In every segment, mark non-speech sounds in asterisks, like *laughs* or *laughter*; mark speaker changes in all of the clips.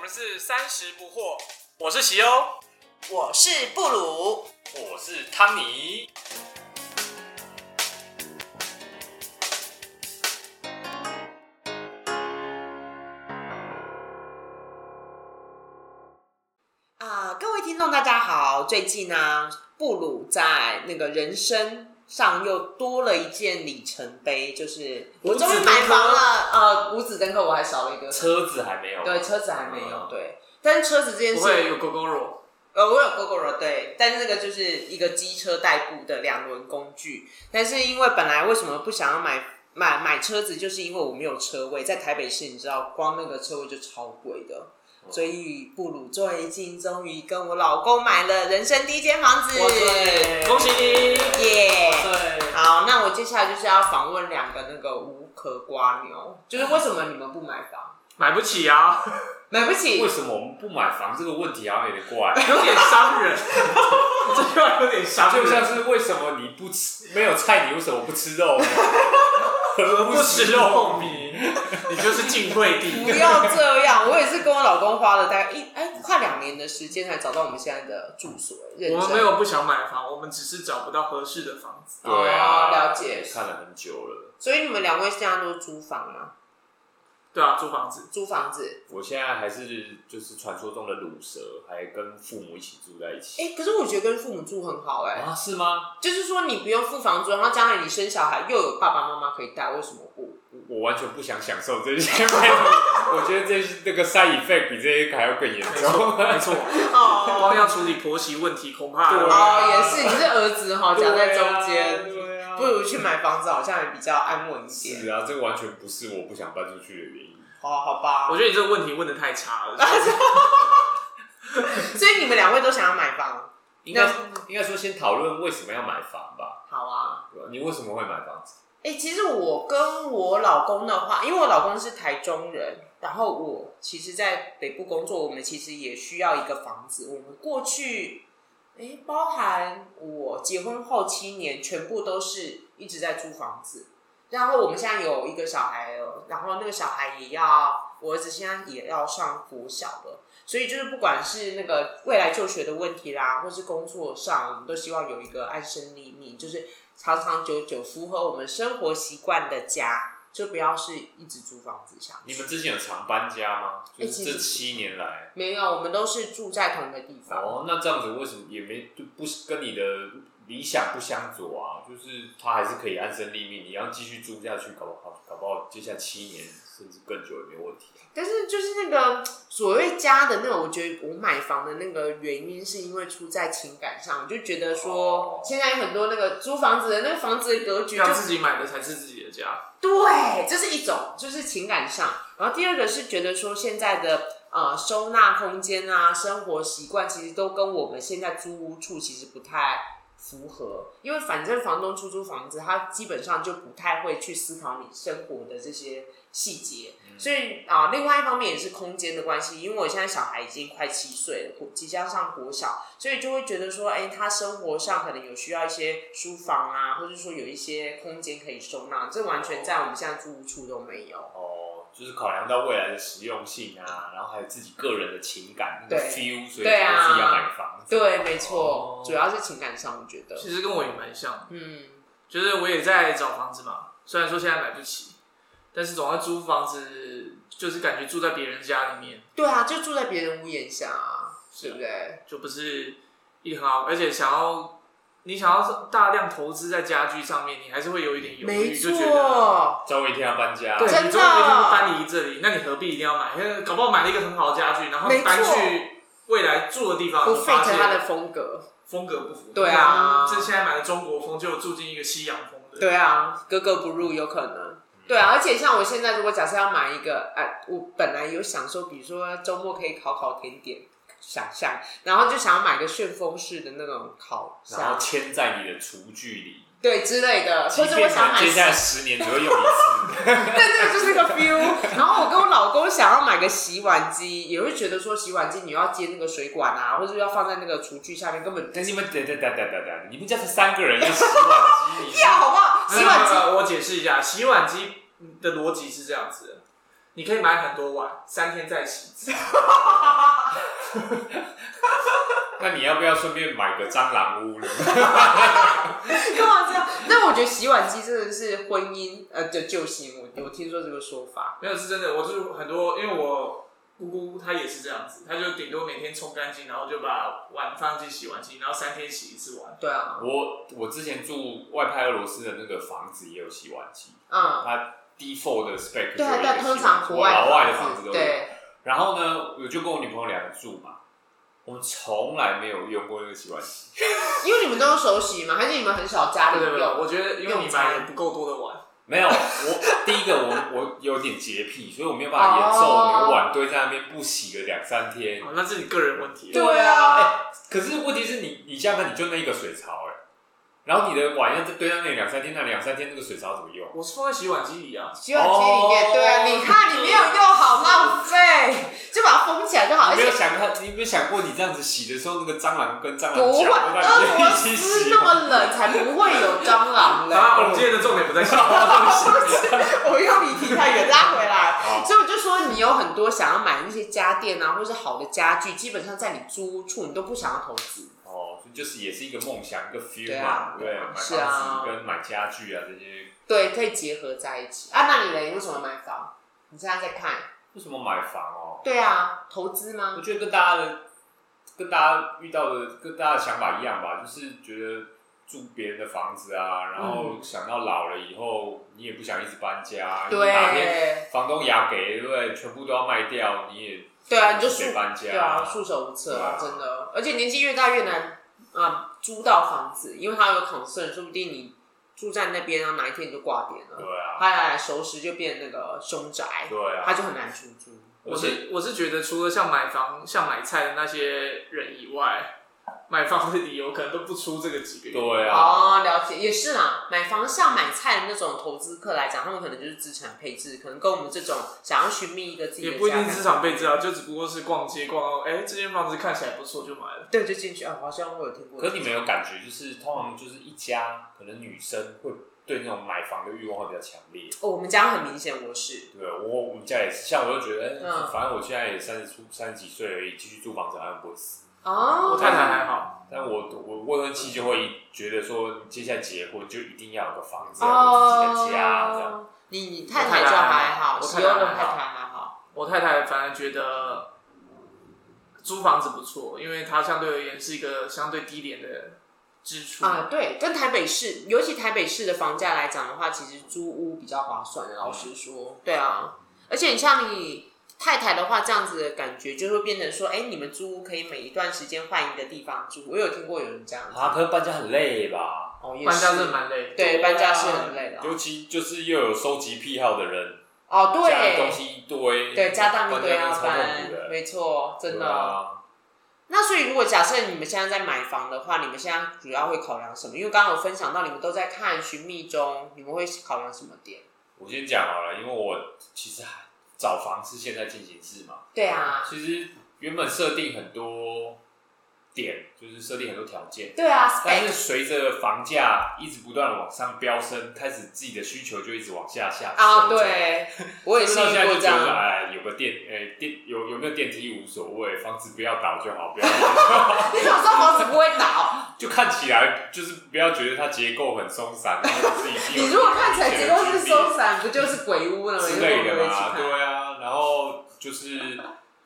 Speaker 1: 们是三十不惑，我是喜欧，
Speaker 2: 我是布鲁，
Speaker 1: 我是汤尼。
Speaker 2: 啊，各位听众大家好。最近呢、布鲁在那个人生上又多了一件里程碑，就是我终于买房了。呃，五子登科我还少了一个，
Speaker 3: 车子还没有，
Speaker 2: 对，车子还没有，
Speaker 3: 嗯
Speaker 2: 对。但是车子这件
Speaker 1: 哦不会
Speaker 2: 事，
Speaker 1: 有 GoGo 肉，
Speaker 2: 呃，我有 GoGo 对，但是那个就是一个机车代步的两轮工具。但是因为本来为什么不想要买买买车子，就是因为我没有车位，在台北市你知道，光那个车位就超贵的。
Speaker 1: 哦
Speaker 2: 所以布鲁最近终于跟我老公买了人生第一间房子，耶
Speaker 1: 恭喜你！对，
Speaker 2: 好，那我接下来就是要访问两个那个无壳瓜牛，就是为什么你们不买房？
Speaker 1: 买不起啊，
Speaker 2: 买不起
Speaker 3: *laughs* 为，什么我们不买房这个问题好像有点怪，
Speaker 1: *laughs* 有点伤
Speaker 3: *laughs*
Speaker 1: 人，这句话有点伤人，
Speaker 3: 就像是为什么你不吃没有菜，你为什么不吃 *laughs* 肉呢？何
Speaker 1: 不食肉凤迷， *laughs* 你就是晋惠帝
Speaker 2: 不。要这样。我也是跟我老公花了大概一哎快两年的时间才找到我们现在的住所，认
Speaker 4: 我
Speaker 2: 真
Speaker 4: 们没有不想买房，我们只是找不到合适的房子。
Speaker 3: 对啊，
Speaker 2: 哦了解
Speaker 3: 看了很久了。
Speaker 2: 所以你们两位现在都租房吗？
Speaker 4: 对啊，租房子。
Speaker 2: 租房子？
Speaker 3: 我现在还是就是传说中的卤蛇，还跟父母一起住在一起
Speaker 2: 哎、可是我觉得跟父母住很好哎、
Speaker 3: 啊？是吗？
Speaker 2: 就是说你不用付房租，然后将来你生小孩又有爸爸妈妈可以带，为什么不？
Speaker 3: 我完全不想享受
Speaker 4: *laughs*
Speaker 3: 这些，我觉得这那个 side effect 比这些还要更严
Speaker 4: 没
Speaker 3: 重
Speaker 4: 错，。没错。
Speaker 3: *laughs*
Speaker 2: 哦
Speaker 4: 光 *laughs* 要处理婆媳问题，恐怕
Speaker 3: 对啊
Speaker 2: 哦，也是，你是儿子哈，夹在中间，
Speaker 3: 对啊
Speaker 2: 不如去买房子，好像也比较安稳一
Speaker 3: 是
Speaker 2: 点。
Speaker 3: 啊，这个完全不是我不想搬出去的原因。
Speaker 2: 哦，好吧
Speaker 4: 我，觉得你这个问题问的太差
Speaker 3: *laughs*
Speaker 4: 了。
Speaker 2: 所以你们两位都想要买房，
Speaker 3: 应该应该说先讨论为什么要买房吧，
Speaker 2: 好啊。
Speaker 3: 对吧？你为什么会买房子？
Speaker 2: 哎、其实我跟我老公的话，因为我老公是台中人，然后我其实，在北部工作，我们其实也需要一个房子。我们过去，哎、包含我结婚后七年，全部都是一直在租房子。然后我们现在有一个小孩了，然后那个小孩也要，我儿子现在也要上国小了，所以就是不管是那个未来就学的问题啦，或是工作上，我们都希望有一个安身立命，就是长长久久符合我们生活习惯的家，就不要是一直租房子下去。
Speaker 3: 你们之前有常搬家吗？
Speaker 2: 哎
Speaker 3: 就是
Speaker 2: 其实
Speaker 3: 这七年来，
Speaker 2: 没有，我们都是住在同一个地方。
Speaker 3: 哦，那这样子为什么也没就不是跟你的理想不相左啊？就是他还是可以安身立命，你要继续住下去，搞不好搞不好接下来七年甚至更久也没问题。
Speaker 2: 但是就是那个所谓家的那种，我觉得我买房的那个原因是因为出在情感上，我就觉得说
Speaker 3: 哦
Speaker 2: 现在有很多那个租房子的那个房子的格局就
Speaker 4: 要自己买的才是自己的家。
Speaker 2: 对，这是一种，就是情感上。然后第二个是觉得说现在的呃收纳空间啊、生活习惯，其实都跟我们现在租屋处其实不太符合，因为反正房东出租房子，他基本上就不太会去思考你生活的这些细节。所以啊、另外一方面也是空间的关系，因为我现在小孩已经快七岁了，国即将上国小，所以就会觉得说，哎、他生活上可能有需要一些书房啊，或者说有一些空间可以收纳，这完全在我们现在住屋处都没有。
Speaker 3: 哦，就是考量到未来的实用性啊，然后还有自己个人的情感那个
Speaker 2: 对
Speaker 3: feel，所以
Speaker 2: 对啊
Speaker 3: 自己要买个房子。
Speaker 2: 对，没错
Speaker 3: 哦，
Speaker 2: 主要是情感上，我觉得，
Speaker 4: 其实跟我也蛮像的，
Speaker 2: 嗯，
Speaker 4: 就是我也在找房子嘛。虽然说现在买不起，但是总要租房子，就是感觉住在别人家里面，
Speaker 2: 对啊，就住在别人屋檐下啊，
Speaker 4: 是
Speaker 2: 对
Speaker 4: 啊
Speaker 2: 不对？
Speaker 4: 就不是一个很好。而且想要你想要大量投资在家具上面，你还是会有一点犹
Speaker 2: 没
Speaker 4: 豫，就觉得。
Speaker 2: 错，
Speaker 3: 终于一天要搬家，
Speaker 4: 对，
Speaker 2: 真的
Speaker 4: 你终于一天搬离这里，那你何必一定要买？因为搞不好买了一个很好的家具，然后你搬
Speaker 2: 没错
Speaker 4: 去未来住的地方，
Speaker 2: 不
Speaker 4: 你
Speaker 2: 费
Speaker 4: 发
Speaker 2: 着
Speaker 4: 现
Speaker 2: 他的风格。
Speaker 4: 风格不符。
Speaker 2: 对啊
Speaker 4: 这现在买的中国风，就住进一个西洋风的。
Speaker 2: 对啊，格格不入有可能。对啊，而且像我现在如果假设要买一个，哎、我本来有想说，比如说周末可以烤烤甜点，想象，然后就想要买个旋风式的那种烤
Speaker 3: 然
Speaker 2: 箱
Speaker 3: 后，嵌在你的厨具里，
Speaker 2: 对之类的，
Speaker 3: 即
Speaker 2: 或者我
Speaker 3: 便可
Speaker 2: 想
Speaker 3: 能
Speaker 2: 买
Speaker 3: 接下来
Speaker 2: 洗，
Speaker 3: 十年只会用一
Speaker 2: *laughs*
Speaker 3: 次。
Speaker 2: 对，这个就是个 feel。然后我跟我老公想要买个洗碗机，也会觉得说洗碗机你要接那个水管啊，或者要放在那个厨具下面，根本
Speaker 3: 但是你们等等等等等等，你们家才三个人，一个洗碗机，你
Speaker 2: 掉好不好？
Speaker 4: 没
Speaker 2: 洗
Speaker 4: 有，没有
Speaker 2: 碗机
Speaker 4: 没有我解释一下，洗碗机的逻辑是这样子的：你可以买很多碗，三天再洗一次。
Speaker 3: 那你要不要顺便买个蟑螂屋呢？ *laughs*
Speaker 2: *laughs* 干嘛这样？但我觉得洗碗机真的是婚姻呃的救星，我我听说这个说法。
Speaker 4: 没有是真的，我就是很多，因为我姑姑她也是这样子，她就顶多每天冲干净，然后就把碗放进洗碗机，然后三天洗一次碗。
Speaker 2: 对啊，
Speaker 3: 我我之前住外派俄罗斯的那个房子也有洗碗机，
Speaker 2: 嗯，
Speaker 3: 它 default 的 spec
Speaker 2: 对啊，
Speaker 3: 就有一个
Speaker 2: 对啊，通
Speaker 3: 洗碗
Speaker 2: 常
Speaker 3: 机
Speaker 2: 国
Speaker 3: 我老外
Speaker 2: 外
Speaker 3: 的房子都有。
Speaker 2: 对，
Speaker 3: 然后呢，我就跟我女朋友两个住嘛，我们从来没有用过那个洗碗机。
Speaker 2: 因为你们都用手洗嘛，还是你们很少家
Speaker 4: 对
Speaker 2: 里
Speaker 4: 对对，
Speaker 2: 用？
Speaker 4: 我觉得因为你买了不够多的碗，
Speaker 3: 没有，我第一个我我有点洁癖，所以我没有办法忍受
Speaker 2: 哦
Speaker 3: 你的碗堆在那边不洗个两三天。
Speaker 4: 哦那是你个人问题。
Speaker 2: 对啊，
Speaker 3: 可是问题是你你下班你就那一个水槽哎、然后你的碗要堆在那里两三天，那两三天那个水槽怎么用？
Speaker 4: 我是放在洗碗机里啊，
Speaker 2: 洗碗机里面，
Speaker 3: 哦
Speaker 2: 对啊，你看你没有用好，浪费，就把它封起来就好，
Speaker 3: 你
Speaker 2: 而
Speaker 3: 没有
Speaker 2: 且
Speaker 3: 想过，你有没有想过你这样子洗的时候，那个蟑螂跟蟑螂
Speaker 2: 不会，
Speaker 3: 夹都
Speaker 2: 俄
Speaker 3: 在里面
Speaker 2: 罗
Speaker 3: 一起
Speaker 2: 斯
Speaker 3: 洗
Speaker 2: 那？么冷，才不会有蟑
Speaker 4: *laughs*
Speaker 2: 螂嘞。
Speaker 4: 啊，我们今天的重点不在洗碗机。
Speaker 2: 我又离题太远，拉回来。
Speaker 3: 好
Speaker 2: 所以我就说，你有很多想要买那些家电啊，或是好的家具，基本上在你租屋处，你都不想要投资。
Speaker 3: 哦，所以就是也是一个梦想，一个 feel
Speaker 2: 对
Speaker 3: 嘛
Speaker 2: 啊，
Speaker 3: 对不对，买
Speaker 2: 是啊
Speaker 3: 房子跟买家具啊这些，
Speaker 2: 对，可以结合在一起啊。那你嘞，你为什么买房？你现在在看？
Speaker 3: 为什么买房哦？
Speaker 2: 对啊，投资吗
Speaker 3: 我？觉得跟大家的跟大家遇到的跟大家的想法一样吧，就是觉得住别人的房子啊，然后想到老了以后，你也不想一直搬家，因为哪天
Speaker 2: 对，
Speaker 3: 房东牙给，对不对？全部都要卖掉，你也
Speaker 2: 对啊，你就束
Speaker 3: 得搬家，
Speaker 2: 对啊，束手无策啊，
Speaker 3: 对啊
Speaker 2: 真的。而且年纪越大越难啊，租到房子，因为它有 concern，说不定你住在那边，然后哪一天你就挂点了，哎
Speaker 3: 对啊，
Speaker 2: 它来收拾就变那个凶宅，
Speaker 3: 对
Speaker 2: 它
Speaker 3: 啊，
Speaker 2: 就很难出租。
Speaker 4: *laughs* 我是我是觉得，除了像买房、像买菜的那些人以外，买房的理由可能都不出这个几个月。
Speaker 3: 对啊，
Speaker 2: 哦，了解，也是啦。买房像买菜的那种投资客来讲，他们可能就是资产配置，可能跟我们这种想要寻觅一个自己的
Speaker 4: 也不一
Speaker 2: 家
Speaker 4: 定
Speaker 2: 感
Speaker 4: 资产配置啊，就只不过是逛街逛到，哎、这间房子看起来不错就买了。
Speaker 2: 对，就进去啊、好像我有听过。
Speaker 3: 可是你们有感觉，就是通常就是一家可能女生会对那种买房的欲望会比较强烈。
Speaker 2: 哦，我们家很明显我是，
Speaker 3: 对，啊我我们家也是，像我就觉得，哎、
Speaker 2: 嗯
Speaker 3: 反正我现在也三十出三十几岁而已，继续租房子好像不会死。
Speaker 2: 哦，
Speaker 4: 我太太还好，
Speaker 3: 但我我未婚妻就会觉得说，接下来结婚就一定要有个房子，要有自己的家，这样。
Speaker 2: 哦，你你太太就还好，
Speaker 4: 我
Speaker 2: 喜
Speaker 4: 太太还好
Speaker 2: 欧的太太还好，
Speaker 4: 我太太反而觉得租房子不错，因为它相对而言是一个相对低廉的支出。
Speaker 2: 啊，对，跟台北市，尤其台北市的房价来讲的话，其实租屋比较划算。老
Speaker 3: 嗯
Speaker 2: 实说，对啊，而且你像你太太的话，这样子的感觉就会变成说，哎、你们租屋可以每一段时间换一个地方住。我有听过有人这样子，
Speaker 3: 啊，可是搬家很累吧？
Speaker 2: 哦，也
Speaker 4: 搬家真的
Speaker 2: 是
Speaker 4: 蛮累的，
Speaker 2: 对，搬家是很累的啊。
Speaker 3: 尤其就是又有收集癖好的人，
Speaker 2: 哦，
Speaker 3: 家里东
Speaker 2: 对，
Speaker 3: 西一堆，
Speaker 2: 对，家当一堆
Speaker 3: 搬
Speaker 2: 要
Speaker 3: 家真的超痛
Speaker 2: 搬
Speaker 3: 苦的，
Speaker 2: 没错，真
Speaker 3: 对
Speaker 2: 的。
Speaker 3: 啊，
Speaker 2: 那所以，如果假设你们现在在买房的话，你们现在主要会考量什么？因为刚刚有分享到，你们都在看寻觅中，你们会考量什么点？
Speaker 3: 我先讲好了，因为我其实还找房是现在进行式嘛，
Speaker 2: 对啊，
Speaker 3: 其实原本设定很多点，就是设定很多条件。
Speaker 2: 对啊
Speaker 3: 但是
Speaker 2: ，spec
Speaker 3: 随着房价一直不断的往上飙升，开始自己的需求就一直往下下
Speaker 2: 啊，
Speaker 3: 修正，
Speaker 2: 对，我也是
Speaker 3: 到
Speaker 2: 遇
Speaker 3: 现在
Speaker 2: 过
Speaker 3: 就
Speaker 2: 这
Speaker 3: 觉得
Speaker 2: 样。
Speaker 3: 哎，有个电，哎、电有有没有电梯无所谓，房子不要倒就好，不要 *laughs*
Speaker 2: 你怎么知道房子不会 *laughs* 倒？
Speaker 3: 就看起来就是不要觉得它结构很松散，然后是已经有
Speaker 2: 你如果看起来结构是松
Speaker 3: 有
Speaker 2: 散，不就是鬼屋了吗？
Speaker 3: 一定之
Speaker 2: 你
Speaker 3: 类
Speaker 2: 为什
Speaker 3: 的
Speaker 2: 么不会
Speaker 3: 嘛，
Speaker 2: 去看？
Speaker 3: 对啊，然后就是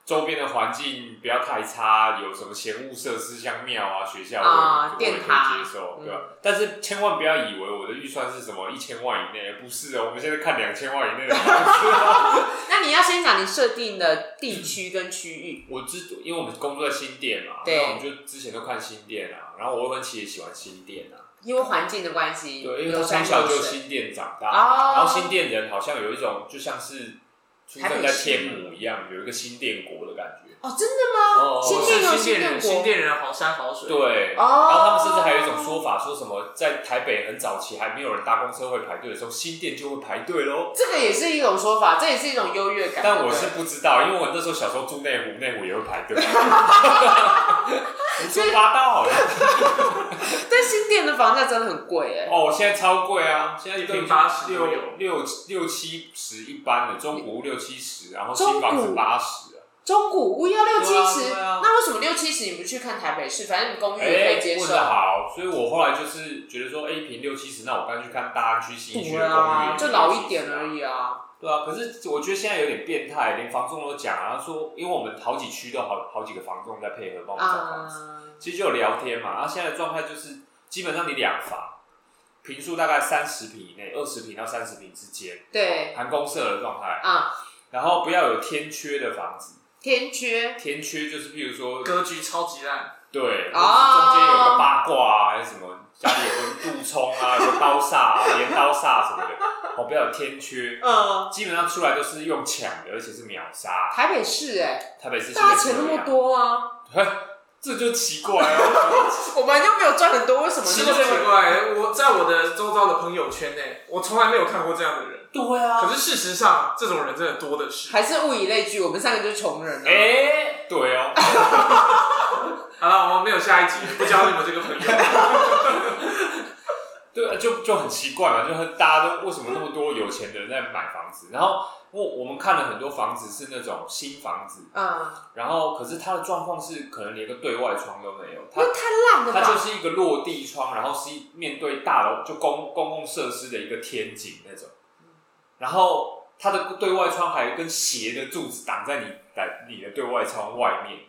Speaker 3: 周边的环境不要太差，有什么嫌恶设施像庙啊、学校
Speaker 2: 啊
Speaker 3: 我也我也
Speaker 2: 电
Speaker 3: 可
Speaker 2: 塔
Speaker 3: 以接受，对吧？
Speaker 2: 嗯
Speaker 3: 但是千万不要以为我的预算是什么一千万以内，不是哦，我们现在看两千万以内的房子。
Speaker 2: *laughs* 那你要先讲你设定的地区跟区域。
Speaker 3: 我之因为我们工作在新店嘛，
Speaker 2: 对
Speaker 3: 那我们就之前都看新店啊，然后我未婚妻也喜欢新店啊，
Speaker 2: 因为环境的关系，
Speaker 3: 对，因为
Speaker 2: 有
Speaker 3: 她从
Speaker 2: 山
Speaker 3: 小
Speaker 2: 有
Speaker 3: 就
Speaker 2: 水，
Speaker 3: 新店长大，
Speaker 2: 哦
Speaker 3: 然后新店人好像有一种就像是出
Speaker 2: 台
Speaker 3: 生
Speaker 2: 北
Speaker 3: 在
Speaker 2: 市
Speaker 3: 天母一样，有一个新店国的感觉。
Speaker 2: 哦，真的吗？
Speaker 3: 哦
Speaker 2: 新
Speaker 4: 是
Speaker 2: 店有
Speaker 4: 新人，
Speaker 2: 新
Speaker 4: 新
Speaker 2: 店
Speaker 4: 店人好山好水。，
Speaker 3: 对，
Speaker 2: 哦
Speaker 3: 然后他们甚至还有一种说法，说什么在台北很早期还没有人搭公车会排队的时候，新店就会排队喽。
Speaker 2: 这个也是一种说法，这也是一种优越感。
Speaker 3: 但
Speaker 2: 对
Speaker 3: 我
Speaker 2: 不对
Speaker 3: 是不知道，因为我那时候小时候住内 *laughs* 湖，内湖也会排队。胡说八道好像。
Speaker 2: 对但新店的房价真的很贵哎、
Speaker 3: 哦，现在超贵啊！现在一
Speaker 4: 一平
Speaker 3: 八
Speaker 4: 80
Speaker 3: 六
Speaker 4: 都有
Speaker 3: 六六七十一般的，中古屋六七十，然后
Speaker 2: 中
Speaker 3: 新房
Speaker 2: 古
Speaker 3: 是八十啊。
Speaker 2: 中古屋要六七十、
Speaker 3: 对啊对啊
Speaker 2: 那为什么六七十你不去看台北市？反正你公寓也可
Speaker 3: 哎、
Speaker 2: 以接
Speaker 3: 问
Speaker 2: 受。
Speaker 3: 的好，所以我后来就是觉得说，哎、一平六七十，那我干脆去看大安区、新一区
Speaker 2: 对
Speaker 3: 的公
Speaker 2: 啊
Speaker 3: 寓，，
Speaker 2: 就老一点而
Speaker 3: 已。
Speaker 2: 已啊。
Speaker 3: 对啊，可是我觉得现在有点变态，连房仲都讲啊，说因为我们好几区都好好几个房仲在配合帮我们找房子，
Speaker 2: 啊，
Speaker 3: 其实就有聊天嘛。然啊后现在的状态就是，基本上你两房，平数大概三十平以内，二十平到三十平之间，
Speaker 2: 对
Speaker 3: 含公社的状态。
Speaker 2: 啊，
Speaker 3: 然后不要有天缺的房子，
Speaker 2: 天缺
Speaker 3: 天缺就是譬如说，
Speaker 4: 格局超级烂，
Speaker 3: 对，
Speaker 2: 哦
Speaker 3: 或是中间有个八卦啊，还是什么，家里有个杜冲啊，有个刀煞啊，镰刀煞什么的，哦，不要有天缺。
Speaker 2: 嗯，
Speaker 3: 基本上出来都是用抢的，而且是秒杀。
Speaker 2: 台北市哎、
Speaker 3: 台北市现在
Speaker 2: 大家钱那
Speaker 3: 这
Speaker 2: 么
Speaker 3: 样，
Speaker 2: 多啊，
Speaker 3: 这就奇怪
Speaker 2: *laughs*
Speaker 3: 哦了。
Speaker 2: 我们又没有赚很多，为什么
Speaker 4: 奇
Speaker 2: 那么
Speaker 4: 怪奇
Speaker 2: 贵？
Speaker 4: 怪。我在我的周遭的朋友圈内，我从来没有看过这样的人。
Speaker 3: 对啊
Speaker 2: 哦
Speaker 4: 可是事实上，这种人真的多的是。
Speaker 2: 还是物以类聚，我们三个就是穷人啊。
Speaker 3: 哎、对哦，
Speaker 4: 好了，我没有下一集，不交你们这个朋友。
Speaker 2: *laughs*
Speaker 3: 对，就就很奇怪嘛，就很大家都为什么那么多有钱的人在买房子？然后我我们看了很多房子是那种新房子，
Speaker 2: 嗯，
Speaker 3: 然后可是它的状况是可能连个对外窗都没有，它
Speaker 2: 那太烂了
Speaker 3: 它就
Speaker 2: 吧？
Speaker 3: 是一个落地窗，然后是一面对大楼就公公共设施的一个天井那种，然后它的对外窗还有一根斜的柱子挡在你在你的对外窗外面，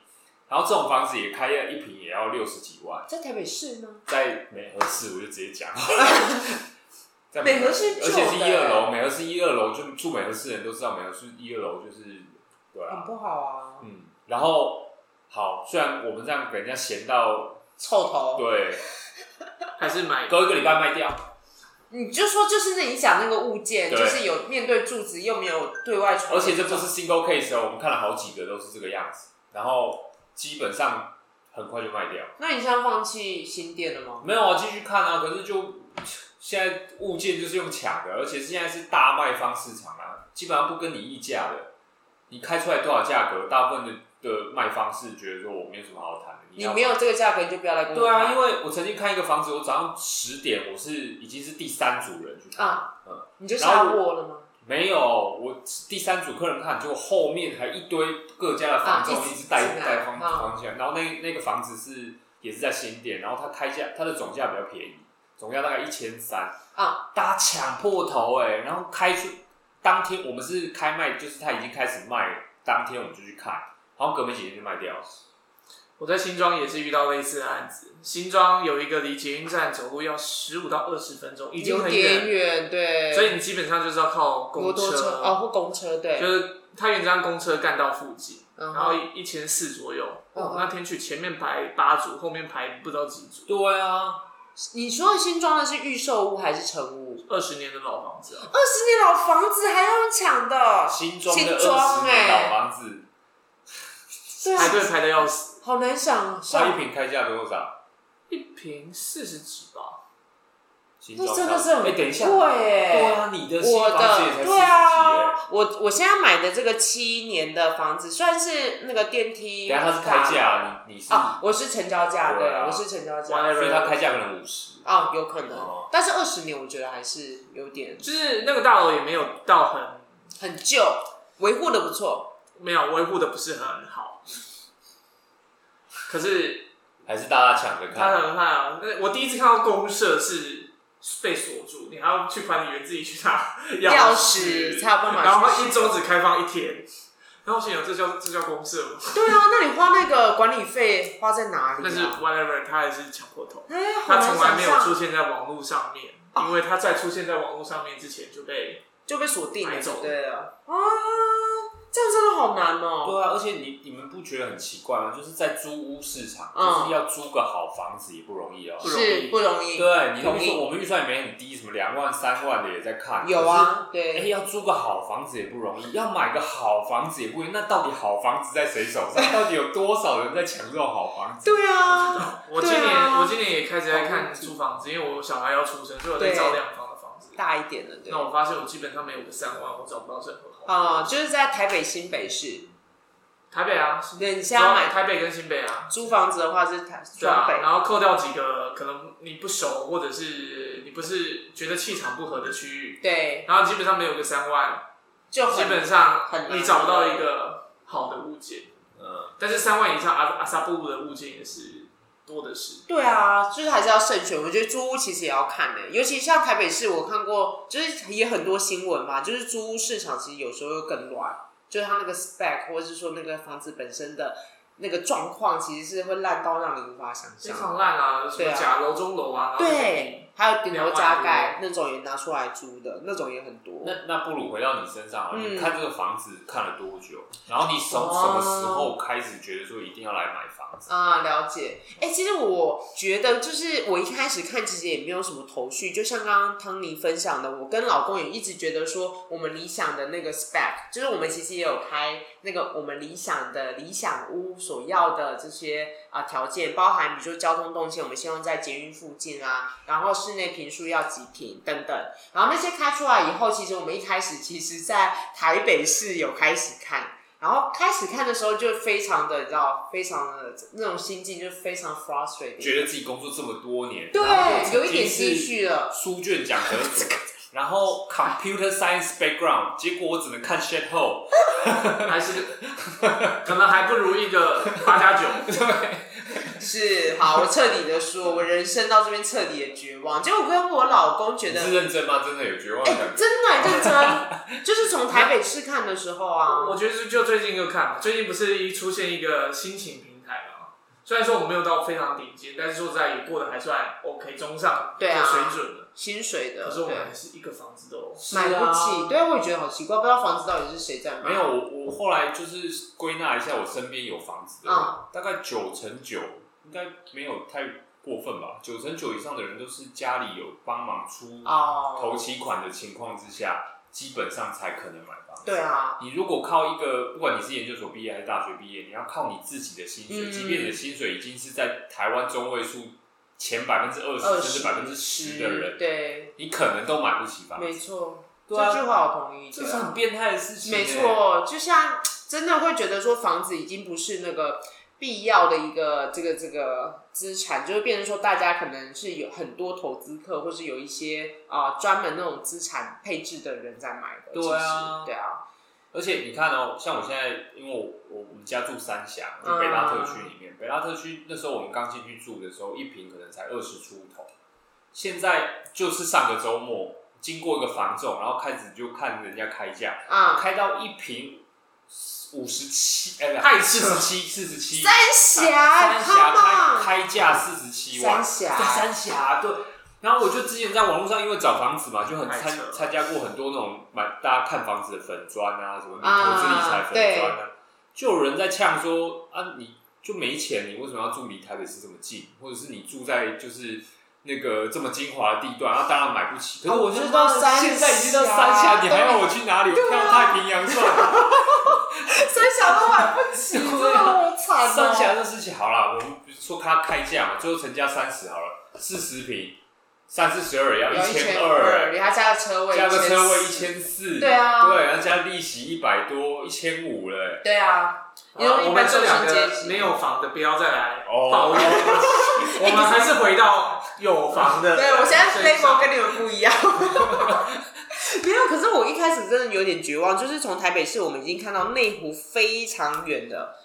Speaker 3: 然后这种房子也开一平也要六十几万，
Speaker 2: 在台北市吗？
Speaker 3: 在美和市我就直接讲， *laughs* 在
Speaker 2: 美和市
Speaker 3: 而且是
Speaker 2: 旧的
Speaker 3: 一二楼，美和市一二楼就住美和市的人都知道，美和市一二楼就是对啊，
Speaker 2: 很不好啊，
Speaker 3: 嗯，然后好，虽然我们这样给人家闲到
Speaker 2: 臭头。
Speaker 3: 对，
Speaker 4: 还是买
Speaker 3: 隔一个礼拜卖掉，
Speaker 2: 你就说就是那你讲那个物件，
Speaker 3: 对
Speaker 2: 就是有面对柱子又没有对外窗，
Speaker 3: 而且这不是 single case 哦，我们看了好几个都是这个样子，然后基本上很快就卖掉。
Speaker 2: 那你现在放弃新店了吗？
Speaker 3: 没有啊，继续看啊，可是就现在物件就是用抢的，而且现在是大卖方市场啊，基本上不跟你议价的，你开出来多少价格，大部分的的卖方是觉得说我没有什么好谈的，你
Speaker 2: 你
Speaker 3: 要
Speaker 2: 没有这个价格，你就不要来跟我
Speaker 3: 对啊，
Speaker 2: 谈
Speaker 3: 因为我曾经看一个房子，我早上十点我是已经是第三组人去看，
Speaker 2: 啊
Speaker 3: 嗯，
Speaker 2: 你就下卧了吗？
Speaker 3: 没有，我第三组客人看，结果后面还一堆各家的房仲
Speaker 2: 啊一
Speaker 3: 一
Speaker 2: 直
Speaker 3: 直带
Speaker 2: 进来
Speaker 3: 带方
Speaker 2: 啊
Speaker 3: 房起来，然后那那个房子是也是在新店，然后它开价它的总价比较便宜，总价大概一千三
Speaker 2: 啊，
Speaker 3: 大家抢破头哎、然后开出当天我们是开卖，就是它已经开始卖，当天我们就去看，然后隔没几天就卖掉了，
Speaker 4: 我在新庄也是遇到类似的案子。新庄有一个离捷运站走路要十五到二十分钟，已经
Speaker 2: 有
Speaker 4: 很远，
Speaker 2: 点远，对，
Speaker 4: 所以你基本上就是要靠
Speaker 2: 摩
Speaker 4: 公
Speaker 2: 托车哦，或公车，对，嗯
Speaker 4: 就是它原张公车干到附近，
Speaker 2: 然
Speaker 4: 然后一千四左右。
Speaker 2: 嗯
Speaker 4: 哦，那天去前面排八组，后面排不知道几组，
Speaker 3: 对啊，
Speaker 2: 你说的新装的是预售屋还是成屋？
Speaker 4: 二十年的老房子啊。
Speaker 2: 二十年老房子还要用抢的，
Speaker 3: 新装
Speaker 2: 新
Speaker 3: 的
Speaker 2: 装
Speaker 3: 二十年
Speaker 2: 哎
Speaker 3: 老房子，
Speaker 2: 对
Speaker 4: 排
Speaker 2: 啊，
Speaker 4: 队排的要死，
Speaker 2: 好难想
Speaker 3: 它一
Speaker 2: 象。
Speaker 3: 平开价多
Speaker 2: 啊
Speaker 3: 少？
Speaker 4: 一瓶四十几吧，
Speaker 3: 新
Speaker 2: 那
Speaker 3: 装
Speaker 2: 真的是
Speaker 3: 哎、
Speaker 2: 很
Speaker 3: 等一下，
Speaker 2: 贵耶
Speaker 3: 对啊，你的新
Speaker 2: 我
Speaker 3: 房子也才
Speaker 2: 的
Speaker 3: 四十
Speaker 2: 对
Speaker 3: 几哎
Speaker 2: 啊，我我现在买的这个七年的房子，虽然是那个电梯
Speaker 3: 等
Speaker 2: 卡，
Speaker 3: 下他是开价，你你是，
Speaker 2: 啊，我是成交价，对
Speaker 3: 对啊
Speaker 2: 我是成交价
Speaker 4: 完了
Speaker 3: 所以他开价可能五十。
Speaker 2: 啊，有可能
Speaker 3: 哦，
Speaker 2: 但是二十年我觉得还是有点
Speaker 4: 就是那个大楼也没有到很
Speaker 2: 很旧，维护的不错，
Speaker 4: 没有维护的不是很好，可是
Speaker 3: 还是大家抢着
Speaker 4: 他
Speaker 3: 看，
Speaker 4: 很怕啊！那我第一次看到公社是被锁住，你还要去管理员自己去拿
Speaker 2: 钥匙
Speaker 4: 匙，
Speaker 2: 才有办法
Speaker 4: 然后
Speaker 2: 去
Speaker 4: 一周只开放一天，然后我心想这叫这叫公社吗？
Speaker 2: 对啊，那你花那个管理费花在哪里
Speaker 4: 但是
Speaker 2: 啊？
Speaker 4: whatever，他还是抢破头，
Speaker 2: 哎，
Speaker 4: 他
Speaker 2: 好难
Speaker 4: 从来
Speaker 2: 想
Speaker 4: 没有出
Speaker 2: 象，
Speaker 4: 现在网络上面，因为他在出现在网络上面之前就被
Speaker 2: 就被锁定了，
Speaker 4: 买走
Speaker 2: 对啊，啊，这样真的好难哦。
Speaker 3: 对啊，而且你你们不觉得很奇怪吗？就是在租屋市场，
Speaker 2: 嗯
Speaker 3: 就是要租个好房子也不容易哦。
Speaker 4: 不容易啊
Speaker 2: 是不容易，
Speaker 3: 对，你
Speaker 2: 同
Speaker 3: 那
Speaker 2: 意
Speaker 3: 时候我们预算也没很低，什么两万、三万的也在看。
Speaker 2: 有啊，
Speaker 3: 可是，哎，
Speaker 2: 对，
Speaker 3: 要租个好房子也不容易，要买个好房子也不容易。那到底好房子在谁
Speaker 2: *laughs*
Speaker 3: 手上？到底有多少人在抢这种好房子？
Speaker 2: 对啊，
Speaker 4: *laughs* 我今
Speaker 2: 对
Speaker 4: 年、
Speaker 2: 啊
Speaker 4: 我今年也开始在看租房子，因为我小孩要出生，所以我在
Speaker 2: 对
Speaker 4: 找两房的房子。
Speaker 2: 大一点的，对
Speaker 4: 那。我
Speaker 2: 哦
Speaker 4: 发现我基本上没有个三万，我找不到任何好。
Speaker 2: 啊、就是在台北新北市，
Speaker 4: 台北啊，
Speaker 2: 对你
Speaker 4: 只
Speaker 2: 现在
Speaker 4: 要
Speaker 2: 买
Speaker 4: 台北跟新北啊，
Speaker 2: 租房子的话是台
Speaker 4: 对
Speaker 2: 双
Speaker 4: 啊，
Speaker 2: 北，
Speaker 4: 然后扣掉几个可能你不熟或者是你不是觉得气场不合的区域，
Speaker 2: 对，
Speaker 4: 然后基本上没有个三万，
Speaker 2: 就
Speaker 4: 基
Speaker 2: 很
Speaker 4: 本上
Speaker 2: 很难
Speaker 4: 你找不到一个好的物件，
Speaker 3: 嗯，
Speaker 4: 但是三万以上阿阿萨布鲁的物件也是多的是。
Speaker 2: 对啊，就是还是要慎选。我觉得租屋其实也要看的、尤其像台北市，我看过，就是也很多新闻嘛，就是租屋市场其实有时候又更乱，就是它那个 spec 或者是说那个房子本身的那个状况，其实是会烂到让你无法想
Speaker 4: 非
Speaker 2: 象。
Speaker 4: 常烂啊，什
Speaker 2: 对
Speaker 4: 么
Speaker 2: 啊
Speaker 4: 假楼中楼啊，然后
Speaker 2: 对，还有顶楼加盖
Speaker 4: 两
Speaker 2: 那种也拿出来租的，那种也很多。
Speaker 3: 那那不如回到你身上啊，
Speaker 2: 嗯
Speaker 3: 你看这个房子看了多久？然后你从
Speaker 2: 哦
Speaker 3: 什么时候开始觉得说一定要来买房子？
Speaker 2: 啊，了解。哎、其实我觉得，就是我一开始看，其实也没有什么头绪。就像刚刚汤尼分享的，我跟老公也一直觉得说，我们理想的那个 spec，就是我们其实也有开那个我们理想的理想屋所要的这些啊条、件，包含比如说交通动线，我们希望在捷运附近啊，然后室内平数要几平等等。然后那些开出来以后，其实我们一开始其实在台北市有开始看。然后开始看的时候就非常的，你知道，非常的那种心境就非常 frustrated，
Speaker 3: 觉得自己工作这么多年，然后
Speaker 2: 对，啊有一点
Speaker 3: 曾经
Speaker 2: 心
Speaker 3: 是
Speaker 2: 虚了。
Speaker 3: 书卷奖得
Speaker 2: *laughs*
Speaker 3: 主，然后 computer science background，结果我只能看 shit hole，
Speaker 4: 还是 *laughs* 可能还不如一个八加九。
Speaker 2: 是，好，我彻底的说，我人生到这边彻底的绝望。结果我跟我老公觉
Speaker 3: 你
Speaker 2: 得，
Speaker 3: 是认真吗？真的有绝望
Speaker 2: 哎、
Speaker 3: 感？
Speaker 2: 真的认真，就是从台北市看的时候 *laughs* 啊，
Speaker 4: 我觉得就最近就看嘛，最近不是一出现一个心情平台嘛，虽然说我没有到非常顶尖，但是说实在也过得还算 OK 中上的
Speaker 2: 对啊
Speaker 4: 水准了。
Speaker 2: 薪水的，
Speaker 4: 可是我
Speaker 2: 对
Speaker 4: 们，还是一个房子都
Speaker 2: 买
Speaker 3: 是啊
Speaker 2: 不起，对，我也觉得好奇怪，不知道房子到底是谁在买。
Speaker 3: 没有，，我我后来就是归纳一下，我身边有房子的人，
Speaker 2: 嗯
Speaker 3: 大概九成九，应该没有太过分吧？九成九以上的人都是家里有帮忙出头
Speaker 2: 哦，
Speaker 3: 期款的情况之下，基本上才可能买房子。
Speaker 2: 对啊，
Speaker 3: 你如果靠一个，不管你是研究所毕业还是大学毕业，你要靠你自己的薪水，
Speaker 2: 嗯
Speaker 3: 即便你的薪水已经是在台湾中位数前百分之二
Speaker 2: 二
Speaker 3: 十甚
Speaker 2: 十
Speaker 3: 至百分之十的人，
Speaker 2: 对，
Speaker 3: 你可能都买不起房。
Speaker 2: 没错，这
Speaker 3: 对啊
Speaker 2: 句话我同意，
Speaker 3: 这
Speaker 2: 对
Speaker 3: 是
Speaker 2: 啊
Speaker 3: 很变态的事情、欸。
Speaker 2: 没，错，就像真的会觉得说房子已经不是那个必要的一个这个这个资产，就会变成说大家可能是有很多投资客，或是有一些啊专、门那种资产配置的人在买的。
Speaker 3: 对啊
Speaker 2: 其实对啊，
Speaker 3: 而且你看哦，像我现在，因为我我我们家住三峡，
Speaker 4: 啊
Speaker 3: 就北大特区里面，北大特区那时候我们刚进去住的时候，一平可能才二十出头。现在就是上个周末经过一个房仲，然后开始就看人家开价，
Speaker 2: 啊、
Speaker 3: 开到一瓶五十七，哎，
Speaker 4: 太
Speaker 3: 四
Speaker 4: 扯
Speaker 3: 十七，四十七，
Speaker 2: 三
Speaker 3: 三
Speaker 2: 峡
Speaker 3: 峡
Speaker 2: ，Come
Speaker 3: 开开价四十七
Speaker 2: on，
Speaker 3: 万，
Speaker 2: 三峡，
Speaker 3: 在三峡对。然后我就之前在网络上，因为找房子嘛，就很
Speaker 4: 太
Speaker 3: 参
Speaker 4: 扯了
Speaker 3: 参加过很多那种买大家看房子的粉砖啊，什么投资理财
Speaker 2: 啊
Speaker 3: 粉砖啊，就有人在呛说啊，你就没钱，你为什么要住离台北市这么近，或者是你住在就是那个这么精华的地段，啊，当然买不起。可是
Speaker 2: 啊
Speaker 3: 我
Speaker 2: 我
Speaker 3: 就
Speaker 2: 知
Speaker 3: 说
Speaker 2: 道三
Speaker 3: 现在已经到三
Speaker 2: 峡
Speaker 3: 峡，你还要
Speaker 2: 对
Speaker 3: 我去哪里？我
Speaker 2: 对啊
Speaker 3: 跳太平洋算了。
Speaker 2: 三峡都买不起，真的好惨哦。
Speaker 3: 三峡这事情好了，我们说他开价嘛，最后成价三十好了，四十平，三四十二也要
Speaker 2: 有
Speaker 3: 一
Speaker 2: 一
Speaker 3: 千
Speaker 2: 千
Speaker 3: 二，
Speaker 2: 你还加个车位，
Speaker 3: 加个车位一
Speaker 2: 1400，
Speaker 3: 千四，
Speaker 2: 对啊
Speaker 3: 对，然后加利息一百多，一千五了欸，
Speaker 2: 对啊，因
Speaker 4: 啊我
Speaker 2: 为一
Speaker 4: 们
Speaker 2: 般
Speaker 4: 这
Speaker 2: 中
Speaker 4: 两
Speaker 2: 产阶
Speaker 4: 个
Speaker 2: 级
Speaker 4: 没有房的不要再来
Speaker 3: 哦
Speaker 4: 抱怨， *laughs* 我们还是回到有房的。
Speaker 2: *laughs* 对，我现在 level 跟你们不
Speaker 4: *laughs*
Speaker 2: 一样。没有，可是我一开始真的有点绝望，就是从台北市我们已经看到内湖非常远的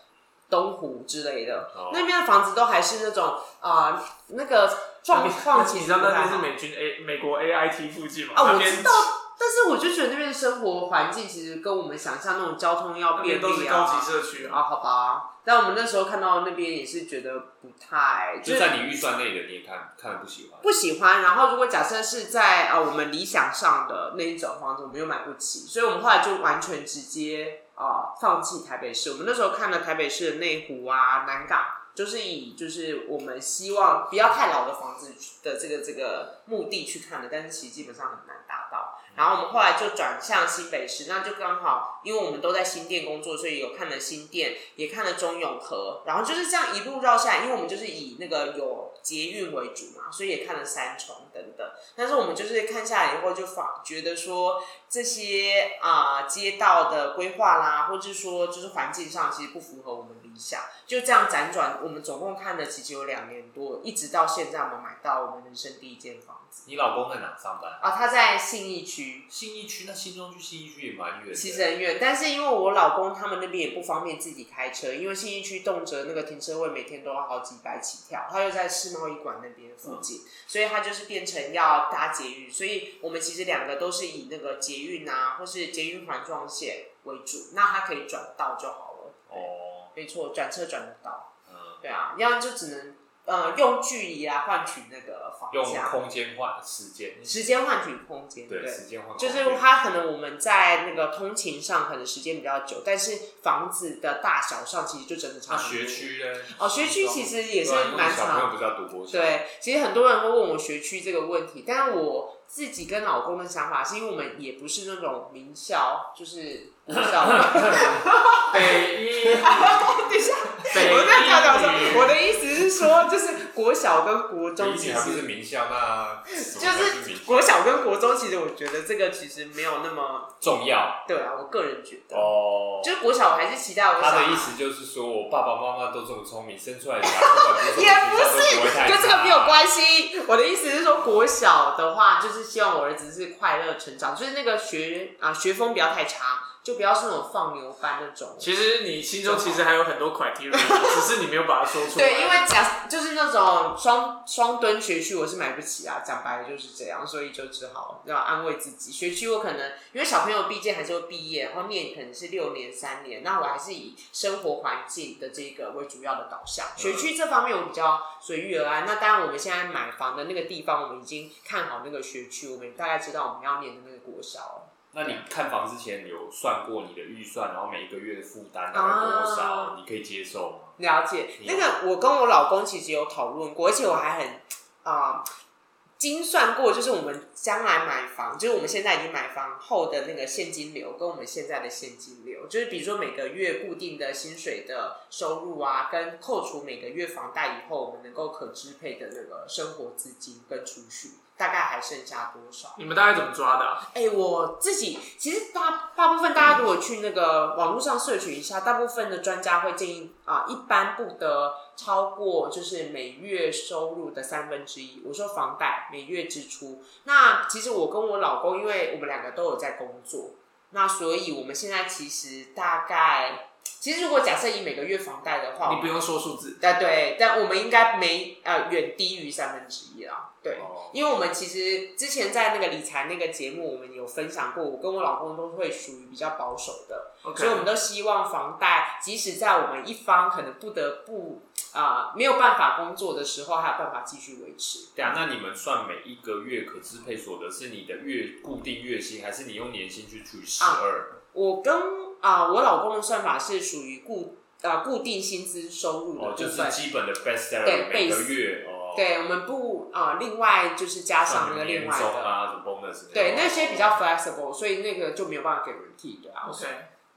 Speaker 2: 东湖之类的，
Speaker 3: 哦
Speaker 2: 那边的房子都还是那种啊、那个状况其
Speaker 4: 你
Speaker 2: 实
Speaker 4: 知道
Speaker 2: 不
Speaker 4: 那
Speaker 2: 太
Speaker 4: 边是
Speaker 2: 好
Speaker 4: 美军 A 美国 AIT 附近吗？
Speaker 2: 啊，
Speaker 4: *laughs* 那
Speaker 2: 我
Speaker 4: 边
Speaker 2: 知道，但是我就觉得那边的生活环境其实跟我们想象那种交通要
Speaker 4: 那边
Speaker 2: 便
Speaker 4: 都是
Speaker 2: 利
Speaker 4: 高
Speaker 2: 啊
Speaker 4: 级。社区啊。
Speaker 2: 啊，好吧，但我们那时候看到那边也是觉得不太，
Speaker 3: 就在你预算内的，你也看看了不喜欢。
Speaker 2: 不喜欢。然后如果假设是在啊、呃我们理想上的那一种房子，我们又买不起，所以我们后来就完全直接啊、呃放弃台北市。我们那时候看了台北市的内湖啊、南港，就是以就是我们希望不要太老的房子的这个这个目的去看的，但是其实基本上很难达到。然后我们后来就转向新北市，那就刚好，因为我们都在新店工作，所以有看了新店，也看了中永和，然后就是这样一路绕下来，因为我们就是以那个有捷运为主嘛，所以也看了三重等等。但是我们就是看下来以后，就发觉得说这些啊、街道的规划啦，或者说就是环境上其实不符合我们理想，就这样辗转，我们总共看了其实有两年多，一直到现在我们买到我们人生第一间房子
Speaker 3: 你老公在哪上班？
Speaker 2: 啊，他在信义区。
Speaker 3: 信义区，那新中区、信义区也蛮远的。
Speaker 2: 其实很远，但是因为我老公他们那边也不方便自己开车，因为信义区动辄那个停车位每天都要好几百起跳，他又在世贸医馆那边附
Speaker 3: 嗯
Speaker 2: 近，所以他就是变成要搭捷运，所以我们其实两个都是以那个捷运啊，或是捷运环状线为主，那他可以转道就好了。
Speaker 3: 哦，
Speaker 2: 没错，转车转得到，
Speaker 3: 嗯，
Speaker 2: 对啊，要就只能呃用距离啊换取那个房
Speaker 3: 用
Speaker 2: 价，
Speaker 3: 空间换时间，
Speaker 2: 时间换取空间，
Speaker 3: 对
Speaker 2: 哦对。
Speaker 3: 时间换空
Speaker 2: 就
Speaker 3: 间，
Speaker 2: 是它可能我们在那个通勤上可能时间比较久，但是房子的大小上其实就真的差
Speaker 3: 那
Speaker 2: 很多。
Speaker 3: 学区呢？
Speaker 2: 啊哦，学区其实也是
Speaker 3: 对啊因为
Speaker 2: 蛮
Speaker 3: 小朋友
Speaker 2: 长。
Speaker 3: 不是要读国小，
Speaker 2: 对，其实很多人会问我学区这个问题，但是我自己跟老公的想法是因为我们也不是那种名校，就是名 *laughs* 校。
Speaker 4: 北
Speaker 3: *laughs*
Speaker 4: 一，
Speaker 2: 等一下，
Speaker 4: 北
Speaker 2: 我在跳跳说，我
Speaker 4: 一，
Speaker 2: 的意思是说，就是国小跟国中
Speaker 3: 你
Speaker 2: 其
Speaker 3: 以前还不是
Speaker 2: 实
Speaker 3: 名校，那什
Speaker 2: 就
Speaker 3: 么才
Speaker 2: 是
Speaker 3: 名校
Speaker 2: 国小跟国中，其实我觉得这个其实没有那么
Speaker 3: 重要
Speaker 2: 对啊，我个人觉得，
Speaker 3: 哦。
Speaker 2: 就是国小我还是期待我
Speaker 3: 他
Speaker 2: 小
Speaker 3: 的意思就是说，我爸爸妈妈都这么聪明，生出来的
Speaker 2: *laughs*
Speaker 3: 小孩，不管读什么
Speaker 2: 也不
Speaker 3: 学校
Speaker 2: 是
Speaker 3: 都不会太，
Speaker 2: 跟这个没有
Speaker 3: 差。
Speaker 2: 关系。我的意思是说，国小的话，就是希望我儿子是快乐成长，就是那个学啊学风不要太差，就不要是那种放牛班那种。
Speaker 4: 其实你心中其实还有很多 criteria，只是你没有把它说出来。
Speaker 2: 对，因为假就是那种双双蹲学区，我是买不起啊，讲白了就是这样，所以就只好要安慰自己。学区我可能因为小朋友毕竟还是会毕业，然后念可能是六年、三年，那我还是以生活环境的这个为主要的导向。学区这方面我比较随遇而安。那当然，我们现在买房的那个地方，我们已经看好那个学区，我们大概知道我们要念的那个国小了。
Speaker 3: 那你看房之前有算过你的预算，然后每一个月的负担大概多少，你可以接受吗？
Speaker 2: 了解，那个我跟我老公其实有讨论过，而且我还很啊、精算过，就是我们将来买房，就是我们现在已经买房后的那个现金流，跟我们现在的现金流，就是比如说每个月固定的薪水的收入啊，跟扣除每个月房贷以后，我们能够可支配的那个生活资金跟储蓄，大概还剩下多少？
Speaker 4: 你们大概怎么抓的啊、
Speaker 2: 哎、我自己其实大大部分大家如果去那个网络上社群一下，大部分的专家会建议啊、一般不得超过就是每月收入的三分之一。我说房贷每月支出，那其实我跟我老公，因为我们两个都有在工作，那所以我们现在其实大概，其实如果假设以每个月房贷的话，
Speaker 4: 你不用说数字，
Speaker 2: 啊对，但我们应该没呃远低于三分之一啦，对。
Speaker 3: 哦，
Speaker 2: 因为我们其实之前在那个理财那个节目，我们有分享过，我跟我老公都会属于比较保守的
Speaker 3: 嗯
Speaker 4: OK
Speaker 2: 所以我们都希望房贷，即使在我们一方可能不得不啊、没有办法工作的时候，还有办法继续维持。
Speaker 3: 对啊，那你们算每一个月可支配所得是你的月固定月薪，还是你用年薪去除以十二？
Speaker 2: 我跟啊、我老公的算法是属于固啊、固定薪资收入的
Speaker 3: 哦，
Speaker 2: 部
Speaker 3: 就是
Speaker 2: 分，
Speaker 3: 基本的 best
Speaker 2: 对
Speaker 3: salary 每个
Speaker 2: base
Speaker 3: 月哦，，
Speaker 2: 对我们不啊、另外就是加上那个另
Speaker 3: 年
Speaker 2: 外
Speaker 3: 终
Speaker 2: 的，
Speaker 3: 啊，什么 bonus 种
Speaker 2: 对那些比较 flexible，所以那个就没有办法给人替对啊，
Speaker 4: OK，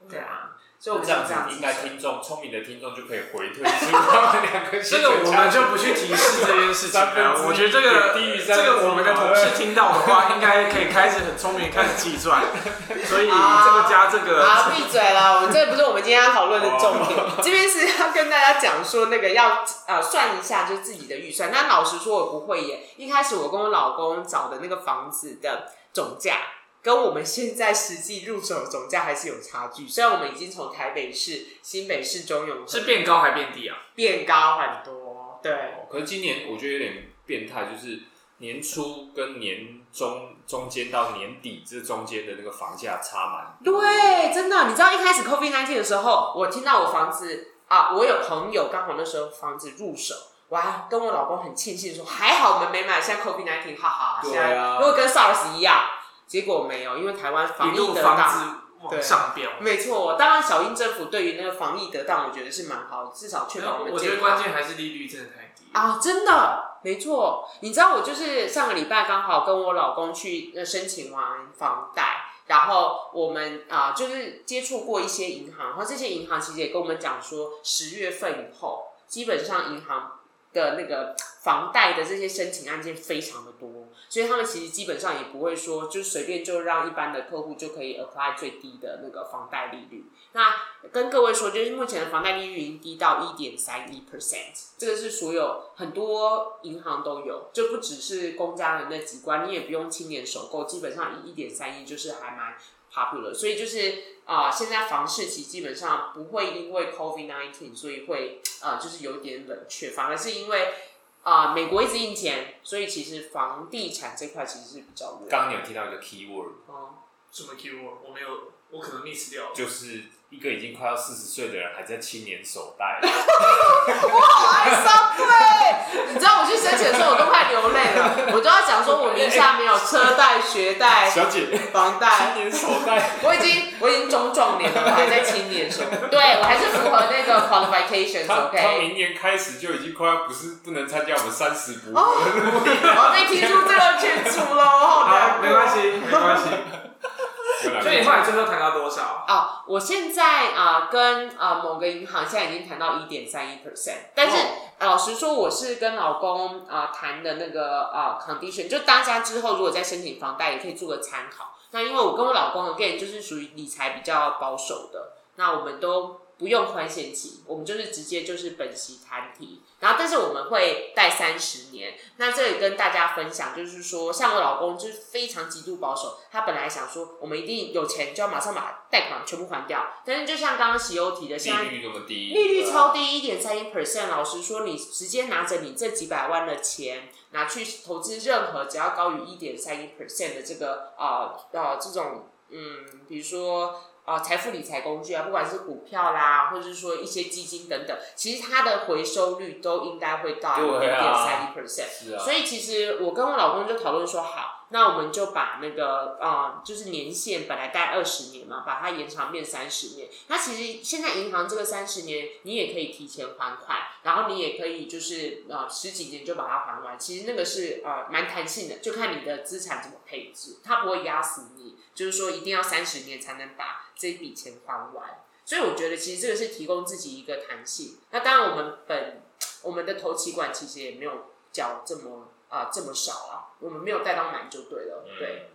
Speaker 2: 对啊，所以我
Speaker 3: 这
Speaker 2: 们是这
Speaker 3: 样
Speaker 2: 样
Speaker 3: 子
Speaker 2: 子
Speaker 3: 应该
Speaker 2: 算
Speaker 3: 听众聪明的听众就可以回退出他们两个
Speaker 4: 这
Speaker 3: 薪水
Speaker 4: 个我
Speaker 3: 差
Speaker 4: 们
Speaker 3: 距
Speaker 4: 就不去提示这件事情
Speaker 3: 三分
Speaker 4: 了
Speaker 3: 之。一
Speaker 4: 我觉得这个
Speaker 3: 低于
Speaker 4: 这
Speaker 3: 三分之一
Speaker 4: 个我们的同事听到的话，应该可以开始很聪明地开始计
Speaker 3: *laughs*
Speaker 4: 算，所以这个加这
Speaker 2: 啊，
Speaker 4: 个，
Speaker 2: 闭嘴了！我这不是我们今天要讨论的重点，这边是要跟大家讲说那个要呃算一下，就是自己的预算。那老实说，我不会耶。一开始我跟我老公找的那个房子的总价，跟我们现在实际入手的总价还是有差距。虽然我们已经从台北市、新北市中永和
Speaker 4: 是变高还变低啊？
Speaker 2: 变高很多，对，
Speaker 3: 哦可是今年我觉得有点变态，就是年初跟年中中间到年底这中间的那个房价差蛮多。
Speaker 2: 对，真的，你知道一开始 COVID 1 9的时候，我听到我房子啊，我有朋友刚好那时候房子入手，我还跟我老公很庆幸说，还好我们没买，现在 COVID 1 9哈哈，现
Speaker 3: 对
Speaker 2: 在
Speaker 3: 啊
Speaker 2: 如果跟 SARS 一样，结果没有，因为台湾防
Speaker 4: 一
Speaker 2: 疫
Speaker 4: 路
Speaker 2: 得
Speaker 4: 房
Speaker 2: 当。
Speaker 4: 子往上哦飙。
Speaker 2: 没错，当然小英政府对于那个防疫得当，我觉得是蛮好，至少确保我们
Speaker 4: 我觉
Speaker 2: 健
Speaker 4: 得
Speaker 2: 康
Speaker 4: 关键还是利率真的太低。
Speaker 2: 啊，真的，哎、没错，你知道我就是上个礼拜刚好跟我老公去呃申请完房贷，然后我们啊、就是接触过一些银行，然后这些银行其实也跟我们讲说，十月份以后，基本上银行的那个房贷的这些申请案件非常的多，所以他们其实基本上也不会说就随便就让一般的客户就可以 apply 最低的那个房贷利率。那跟各位说，就是目前的房贷利率已经低到一点三一 percent，这个是所有很多银行都有，就不只是公家的那几关，你也不用青年首购，基本上一点三一就是还蛮 popular，所以就是啊、呃现在房市其实基本上不会因为 COVID nineteen 所以会啊、呃就是有点冷却，反而是因为啊、美国一直印钱，所以其实房地产这块其实是比较弱。
Speaker 3: 刚刚你有听到一个 key word，
Speaker 2: 哦，
Speaker 4: 什么 Q 我没有，我可能 miss 掉了。
Speaker 3: 就是一个已经快要四十岁的人还在青年手贷，
Speaker 2: 好哀伤，对，你知道我去申请的时候，我都快流泪 *laughs* 了，我都要讲说我名下没有车贷、学贷、
Speaker 3: 小姐，青
Speaker 2: 房贷，
Speaker 3: 年手贷，
Speaker 2: 我已经我已经中壮年了，我还在青年时候，对我还是符合那个 qualifications
Speaker 3: 他他
Speaker 2: OK。
Speaker 3: 明年开始就已经快要不是不能参加我们三十不
Speaker 2: 哦
Speaker 3: 惑了，，
Speaker 2: 我被踢出这个群组了，好难
Speaker 4: 好，
Speaker 2: 过
Speaker 4: 没关系，没关系。
Speaker 3: 有
Speaker 4: 所以你
Speaker 3: 两
Speaker 4: 后
Speaker 3: 个
Speaker 4: 来最后谈到多少？
Speaker 2: 啊、我现在啊、跟啊、某个银行现在已经谈到一点三一 percent，但是、老实说，我是跟老公啊、谈的那个啊、condition，就大家之后如果再申请房贷，也可以做个参考。那因为我跟我老公 again 就是属于理财比较保守的，那我们都不用宽限期，我们就是直接就是本息摊提，然后但是我们会贷三十年。那这里跟大家分享，就是说，像我老公就是非常极度保守，他本来想说我们一定有钱就要马上把贷款全部还掉，但是就像刚刚喜优提的，现在
Speaker 3: 利率那么低，
Speaker 2: 利率超低，一点三一 percent。老实说，你直接拿着你这几百万的钱拿去投资任何只要高于一点三一 percent 的这个啊啊、呃呃、这种嗯，比如说啊财、富理财工具啊，不管是股票啦，或者是说一些基金等等，其实它的回收率都应该会到一
Speaker 3: 对
Speaker 2: 点
Speaker 3: 啊
Speaker 2: 三一 percent。
Speaker 3: 是啊，
Speaker 2: 所以其实我跟我老公就讨论说，好，那我们就把那个啊、呃就是年限本来贷二十年嘛，把它延长变三十年。那其实现在银行这个三十年，你也可以提前还款，然后你也可以就是呃十几年就把它还完。其实那个是呃蛮弹性的，就看你的资产怎么配置，它不会压死你，就是说一定要三十年才能把这笔钱还完。所以我觉得其实这个是提供自己一个弹性。那当然我们本我们的投期款其实也没有缴这么啊、这么少啊，我们没有贷到满就对了，
Speaker 3: 嗯
Speaker 2: 对，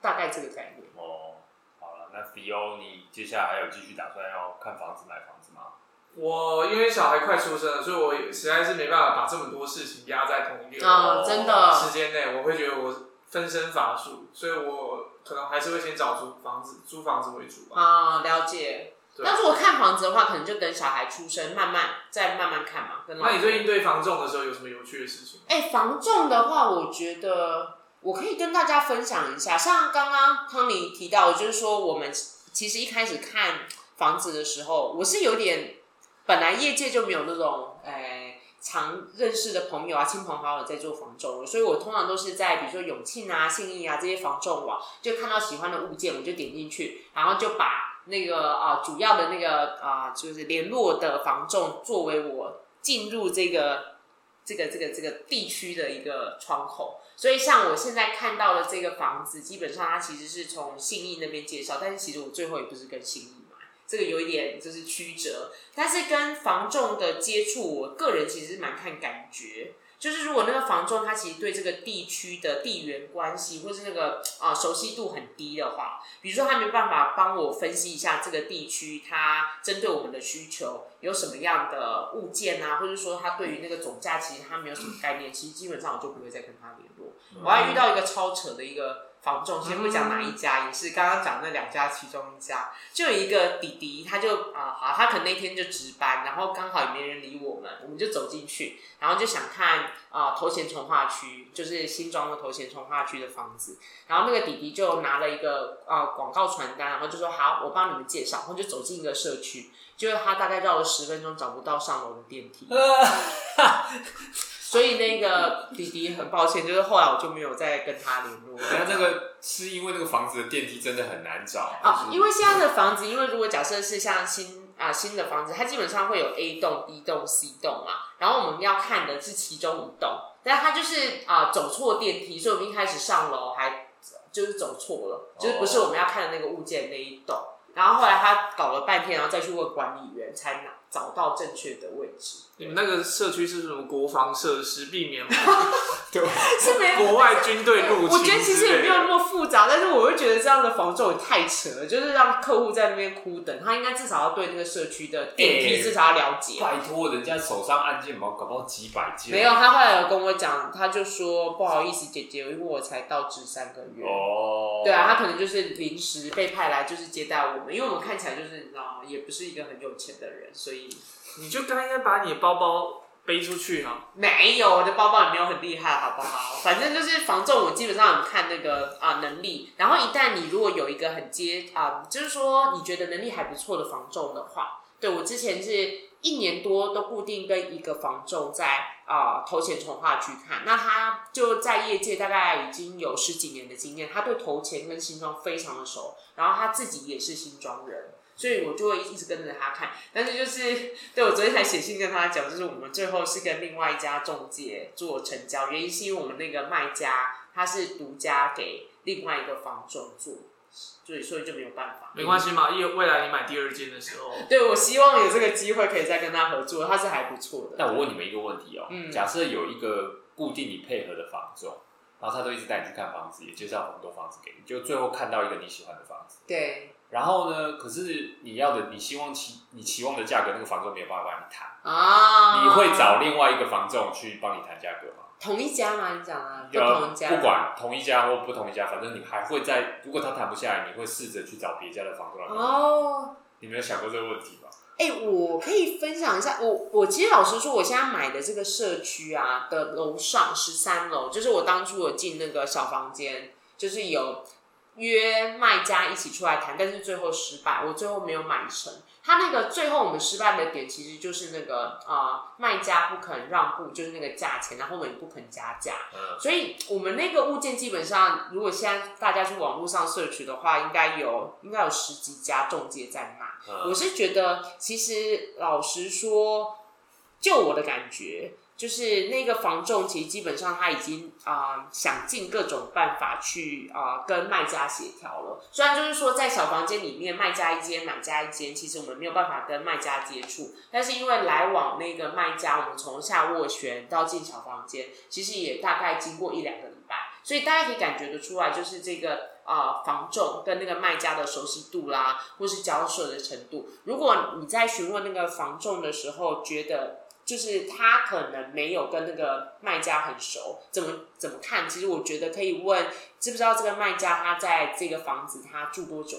Speaker 2: 大概这个概念。
Speaker 3: 哦，好了，那 d o 你接下来还有继续打算要看房子买房子吗？
Speaker 4: 我因为小孩快出生了，所以我也实在是没办法把这么多事情压在同一个
Speaker 3: 嗯
Speaker 2: 啊、真的
Speaker 4: 时间内，我会觉得我分身乏术，所以我可能还是会先找租房子、租房子为主吧。
Speaker 2: 啊、了解。
Speaker 4: 对
Speaker 2: 那如果看房子的话，可能就等小孩出生，慢慢再慢慢看嘛。跟
Speaker 3: 嗯
Speaker 2: 老
Speaker 4: 那你
Speaker 2: 公
Speaker 4: 最近对房仲的时候有什么有趣的事情？
Speaker 2: 哎、防重的话，我觉得我可以跟大家分享一下，像刚刚康妮提到，就是说我们其实一开始看房子的时候，我是有点本来业界就没有那种哎、常认识的朋友啊、亲朋好友在做房仲了，所以我通常都是在比如说永庆啊、信义啊这些房仲网，就看到喜欢的物件我就点进去，然后就把那个啊、主要的那个啊、就是联络的房仲作为我进入这个这个这个这个地区的一个窗口。所以像我现在看到的这个房子，基本上它其实是从信义那边介绍，但是其实我最后也不是跟信义买，这个有一点就是曲折。但是跟房仲的接触，我个人其实是蛮看感觉。就是如果那个房仲他其实对这个地区的地缘关系或是那个啊、呃熟悉度很低的话，比如说他没办法帮我分析一下这个地区它针对我们的需求有什么样的物件啊，或者说他对于那个总价其实他没有什么概念，其实基本上我就不会再跟他联络。我还遇到一个超扯的一个房仲，先不讲哪一家，也是刚刚讲那两家其中一家，就有一个弟弟，他就啊、好，他可能那天就值班，然后刚好也没人理我们，我们就走进去，然后就想看啊、头前从化区，就是新庄的头前从化区的房子，然后那个弟弟就拿了一个啊、广告传单，然后就说好，我帮你们介绍，然后就走进一个社区，结果他大概绕了十分钟找不到上楼的电梯，所以那个弟弟很抱歉，就是后来我就没有再跟他联
Speaker 3: *laughs*
Speaker 2: 络。
Speaker 3: 等下这个是因为那个房子的电梯真的很难找
Speaker 2: 啊，因为现在的房子，因为如果假设是像新啊新的房子，它基本上会有 A 栋、B 栋、C 栋嘛，然后我们要看的是其中一栋，但它就是啊走错电梯，所以我们一开始上楼还就是走错了，就是不是我们要看的那个物件那一栋，然后后来他搞了半天，然后再去问管理员，才拿找到正确的位置，
Speaker 4: 你们那个社区是什么国防设施，避免
Speaker 3: *laughs* 对，
Speaker 2: *laughs* 是没
Speaker 4: 国外军队入侵之类的？
Speaker 2: 我觉得其实也没有那么复杂，但是我会觉得这样的防重也太扯了，就是让客户在那边哭等，他应该至少要对那个社区的电梯
Speaker 3: 哎
Speaker 2: 至少要了解。
Speaker 3: 拜托人家手上按键毛搞不好几百件，
Speaker 2: 没有，他后来有跟我讲，他就说不好意思，姐姐，因为我才到职三个月。
Speaker 3: 哦，
Speaker 2: 对啊，他可能就是临时被派来，就是接待我们，因为我们看起来就是你知道吗，也不是一个很有钱的人，所以
Speaker 4: 你就刚应该把你的包包背出去啊！
Speaker 2: 没有我的包包也没有很厉害，好不好？反正就是防重，我基本上很看那个啊、能力，然后一旦你如果有一个很接啊、就是说你觉得能力还不错的防重的话，对我之前是一年多都固定跟一个房仲在啊、头前从化区看，那他就在业界大概已经有十几年的经验，他对头前跟新庄非常的熟，然后他自己也是新庄人。所以我就会一直跟着他看，但是就是对我昨天才写信跟他讲，就是我们最后是跟另外一家中介做成交，原因是因为我们那个卖家他是独家给另外一个房仲做，所以所以就没有办法。
Speaker 4: 没关系嘛，因为未来你买第二间的时候，
Speaker 2: 对，我希望有这个机会可以再跟他合作，他是还不错的。
Speaker 3: 那我问你们一个问题哦，
Speaker 2: 嗯
Speaker 3: 假设有一个固定你配合的房仲，然后他都一直带你去看房子，也介绍很多房子给你，就最后看到一个你喜欢的房子，
Speaker 2: 对
Speaker 3: 然后呢，可是你要的你希望期你期望的价格，那个房仲没有办法帮你谈，
Speaker 2: 啊，
Speaker 3: 你会找另外一个房仲去帮你谈价格吗？
Speaker 2: 同一家吗？你讲啊，不
Speaker 3: 要
Speaker 2: 同一家，
Speaker 3: 呃不管同一家或不同一家，反正你还会在，如果他谈不下来，你会试着去找别家的房仲来帮你谈。
Speaker 2: 哦。
Speaker 3: 你没有想过这个问题吗？
Speaker 2: 哎、我可以分享一下，我我其实老实说，我现在买的这个社区啊的楼上十三楼，就是我当初有进那个小房间，就是有约卖家一起出来谈，但是最后失败，我最后没有买成。他那个最后我们失败的点，其实就是那个啊、呃卖家不肯让步，就是那个价钱，然后我们也不肯加价，
Speaker 3: 嗯，
Speaker 2: 所以我们那个物件基本上，如果现在大家去网络上社区的话，应该有应该有十几家中介在卖。我
Speaker 3: 嗯
Speaker 2: 是觉得，其实老实说，就我的感觉，就是那个房仲其实基本上他已经啊、想尽各种办法去啊、跟卖家协调了。虽然就是说在小房间里面，卖家一间，买家一间，其实我们没有办法跟卖家接触，但是因为来往那个卖家，我们从下斡旋到进小房间，其实也大概经过一两个礼拜，所以大家可以感觉得出来，就是这个啊、呃房仲跟那个卖家的熟悉度啦，或是交涉的程度。如果你在询问那个房仲的时候，觉得就是他可能没有跟那个卖家很熟，怎么怎么看？其实我觉得可以问，知不知道这个卖家他在这个房子他住多久，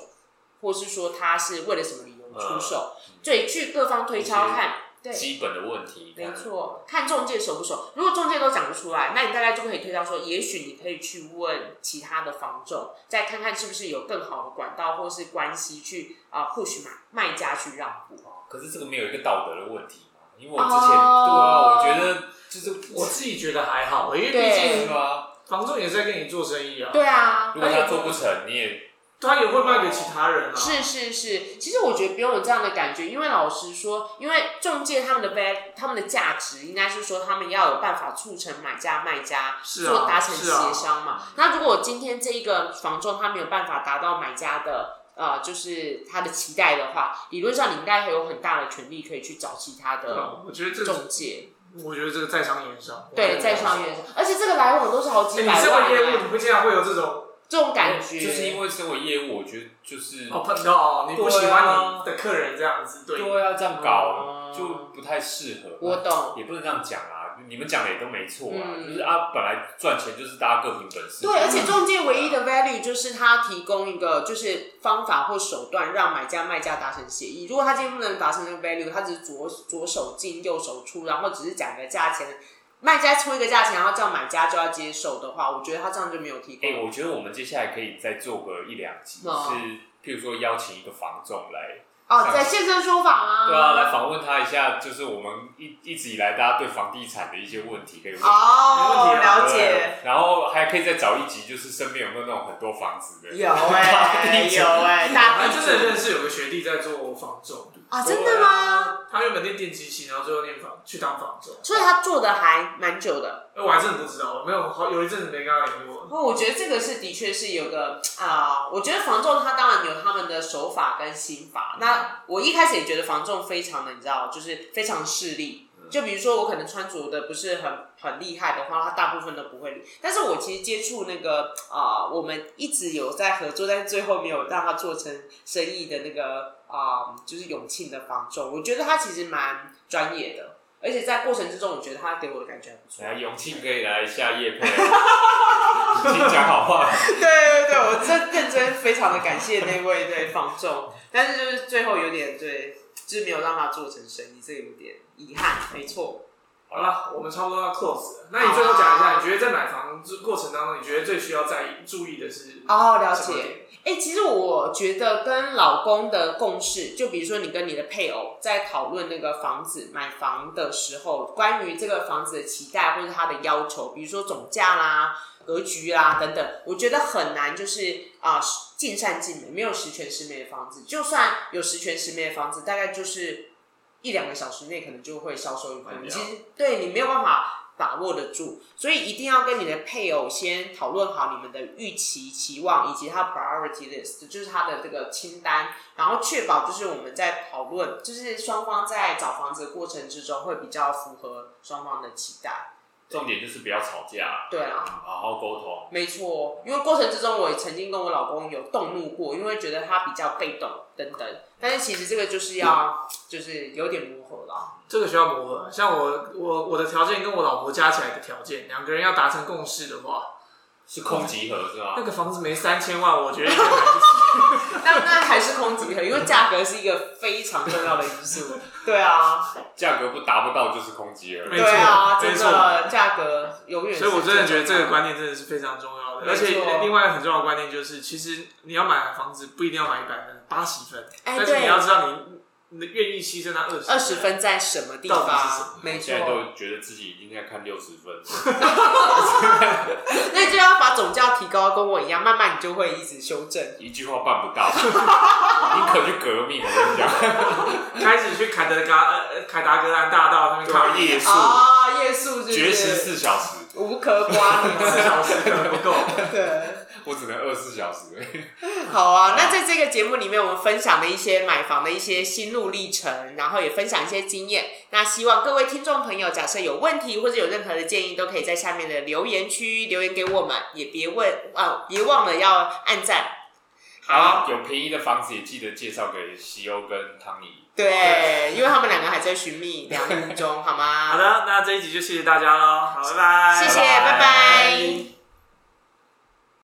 Speaker 2: 或是说他是为了什么理由出售？对，据各方推敲看，对。
Speaker 3: 基本的问题，
Speaker 2: 没错，看中介熟不熟。如果中介都讲不出来，那你大概就可以推到说，也许你可以去问其他的房仲，再看看是不是有更好的管道或是关系去啊、push 买卖家去让步。
Speaker 3: 可是这个没有一个道德的问题嘛，因为我之前、
Speaker 2: 哦
Speaker 3: 对啊，我觉得就是
Speaker 4: 我自己觉得还好，因为毕
Speaker 2: 对
Speaker 3: 是
Speaker 4: 竟
Speaker 3: 吧？
Speaker 4: 房仲也是在跟你做生意啊，
Speaker 2: 对啊
Speaker 3: 如，果他做不成，你也
Speaker 4: 他也会卖给其他人啊。
Speaker 2: 是是是，其实我觉得不用有这样的感觉，因为老实说，因为中介他们的 val 他们的价值应该是说他们要有办法促成买家卖家
Speaker 4: 是啊
Speaker 2: 做达成
Speaker 4: 是啊
Speaker 2: 协商嘛。那如果今天这一个房仲他没有办法达到买家的。呃，就是他的期待的话，理论上你应该还有很大的权利可以去找其他
Speaker 4: 对
Speaker 2: 的
Speaker 4: 啊，我觉得这
Speaker 2: 中介，
Speaker 4: 我觉得这个在商言商。
Speaker 2: 对，在商言商，而且这个来往都是好
Speaker 4: 嗯哎，
Speaker 2: 几
Speaker 4: 你
Speaker 2: 百
Speaker 4: 身
Speaker 2: 万、
Speaker 4: 为业务，
Speaker 2: 欸，
Speaker 4: 你不竟然会有这种
Speaker 2: 这种感觉，
Speaker 3: 就是因为身为业务，我觉得就是、
Speaker 4: 哦碰到你不喜欢你的客人这样子，对，
Speaker 3: 对啊，这样搞、
Speaker 2: 哦
Speaker 3: 就不太适合。
Speaker 2: 我懂，
Speaker 3: 也不能这样讲啊，你们讲的也都没错啊，
Speaker 2: 嗯
Speaker 3: 就是啊，本来赚钱就是大家各凭本事。
Speaker 2: 对，而且中介唯一的 value 就是他提供一个就是方法或手段，让买家卖家达成协议。如果他今天不能达成这个 value，他只是左左手进右手出，然后只是讲一个价钱，卖家出一个价钱，然后叫买家就要接受的话，我觉得他这样就没有提
Speaker 3: 哎、
Speaker 2: 供。
Speaker 3: 我觉得我们接下来可以再做个一两集，
Speaker 2: 哦嗯
Speaker 3: 是譬如说邀请一个房仲来像
Speaker 5: 哦，在现身说法吗？
Speaker 3: 对啊，来访问他一下，就是我们一一直以来大家对房地产的一些问题可以问。
Speaker 2: 哦，
Speaker 4: 没问题啊
Speaker 2: 了解，
Speaker 3: 对呃然后还可以再找一集，就是身边有没有那种很多房子 *laughs* 的？
Speaker 2: 有
Speaker 3: 啊 *laughs*
Speaker 2: 哎、有哎、
Speaker 4: 我
Speaker 2: 大
Speaker 4: 还真的认识有个学弟在做仿仲，
Speaker 5: 啊，真的吗？
Speaker 4: 他原本念电机系，然后最后念仿去当仿仲。
Speaker 2: 所以他做的还蛮久的。
Speaker 4: 哎，我还真的不知道，我没有好有一阵子没跟他联络。
Speaker 2: 不过我觉得这个是的确是有个啊、我觉得房仲他当然有他们的手法跟心法。那我一开始也觉得房仲非常的，你知道，就是非常势利。就比如说我可能穿着的不是很很厉害的话，他大部分都不会理。但是我其实接触那个啊、我们一直有在合作，但是最后没有让他做成生意的那个啊、就是永庆的房仲，我觉得他其实蛮专业的，而且在过程之中，我觉得他给我的感觉还不错。
Speaker 3: 来，哎永庆可以来下夜配，请讲好话。 *laughs*
Speaker 2: 对对对，我真认真非常的感谢那位对房仲，但是就是最后有点对，就是没有让他做成生意，这有点遗憾，没错。
Speaker 4: 好了，我们差不多要 close 了。那你最后讲一下，你觉得在买房之过程当中，你觉得最需要在意注意的是？
Speaker 2: 哦，了
Speaker 4: 什么点。
Speaker 2: 哎、其实我觉得跟老公的共识，就比如说你跟你的配偶在讨论那个房子买房的时候，关于这个房子的期待或者他的要求，比如说总价啦、格局啦等等，我觉得很难就是啊、尽善尽美，没有十全十美的房子。就算有十全十美的房子，大概就是一两个小时内可能就会销售一空
Speaker 3: 卖，掉
Speaker 2: 其实对你没有办法把握得住，所以一定要跟你的配偶先讨论好你们的预期、期望以及他 priority list，就是他的这个清单，然后确保就是我们在讨论，就是双方在找房子的过程之中会比较符合双方的期待。
Speaker 3: 重点就是不要吵架，
Speaker 2: 对啊，
Speaker 3: 好好沟通。
Speaker 2: 没错，因为过程之中我也曾经跟我老公有动怒过，因为觉得他比较被动等等，但是其实这个就是要就是有点磨合啦。
Speaker 4: 这个需要磨合。像我，我我的条件跟我老婆加起来的条件，两个人要达成共识的话，
Speaker 3: 是空集合是吗
Speaker 4: 那？个房子没三千万，我觉得也买不起。
Speaker 2: 但那还是空集合，因为价格是一个非常重要的因素。对啊，
Speaker 3: 价格不达不到就是空集合。
Speaker 4: 没错
Speaker 2: 对啊，真
Speaker 4: 没错
Speaker 2: 的价格永远是
Speaker 4: 所
Speaker 2: 最重要。
Speaker 4: 以我真的觉得这个观念真的是非常重要的。而
Speaker 2: 没错
Speaker 4: 且另外一个很重要的观念就是，其实你要买房子不一定要买一百分、八十分，
Speaker 2: 哎
Speaker 4: 但是你要知道你你愿意牺牲那二十
Speaker 2: 二十。分在什么地方
Speaker 4: 到底是什么？
Speaker 2: 没错
Speaker 3: 现，在都觉得自己已经在看六十分，
Speaker 2: 那就要把总价提高，跟我一样，慢慢你就会一直修正。
Speaker 3: 一句话办不到，宁可去革命。我跟你讲，
Speaker 4: 开始去凯德嘎呃凯达格兰大道上面抗
Speaker 3: 夜
Speaker 4: 议，
Speaker 3: 宿
Speaker 2: 啊，夜宿是不是
Speaker 3: 绝食四小时，
Speaker 2: 无壳瓜，你
Speaker 4: 四
Speaker 2: 知道
Speaker 4: 小时可能不够。
Speaker 2: 对。
Speaker 3: 我只能二十四小时。
Speaker 2: 好啊，那在这个节目里面，我们分享了一些买房的一些心路历程，然后也分享一些经验。那希望各位听众朋友，假设有问题或者有任何的建议，都可以在下面的留言区留言给我们，也别问啊，别忘了要按赞。
Speaker 3: 好，有便宜的房子也记得介绍给西欧跟汤尼。
Speaker 2: 对，因为他们两个还在寻觅良民中，好吗？
Speaker 4: 好的，那这一集就谢谢大家喽，好，拜拜，
Speaker 2: 谢谢，
Speaker 3: 拜
Speaker 2: 拜
Speaker 3: 拜
Speaker 2: 拜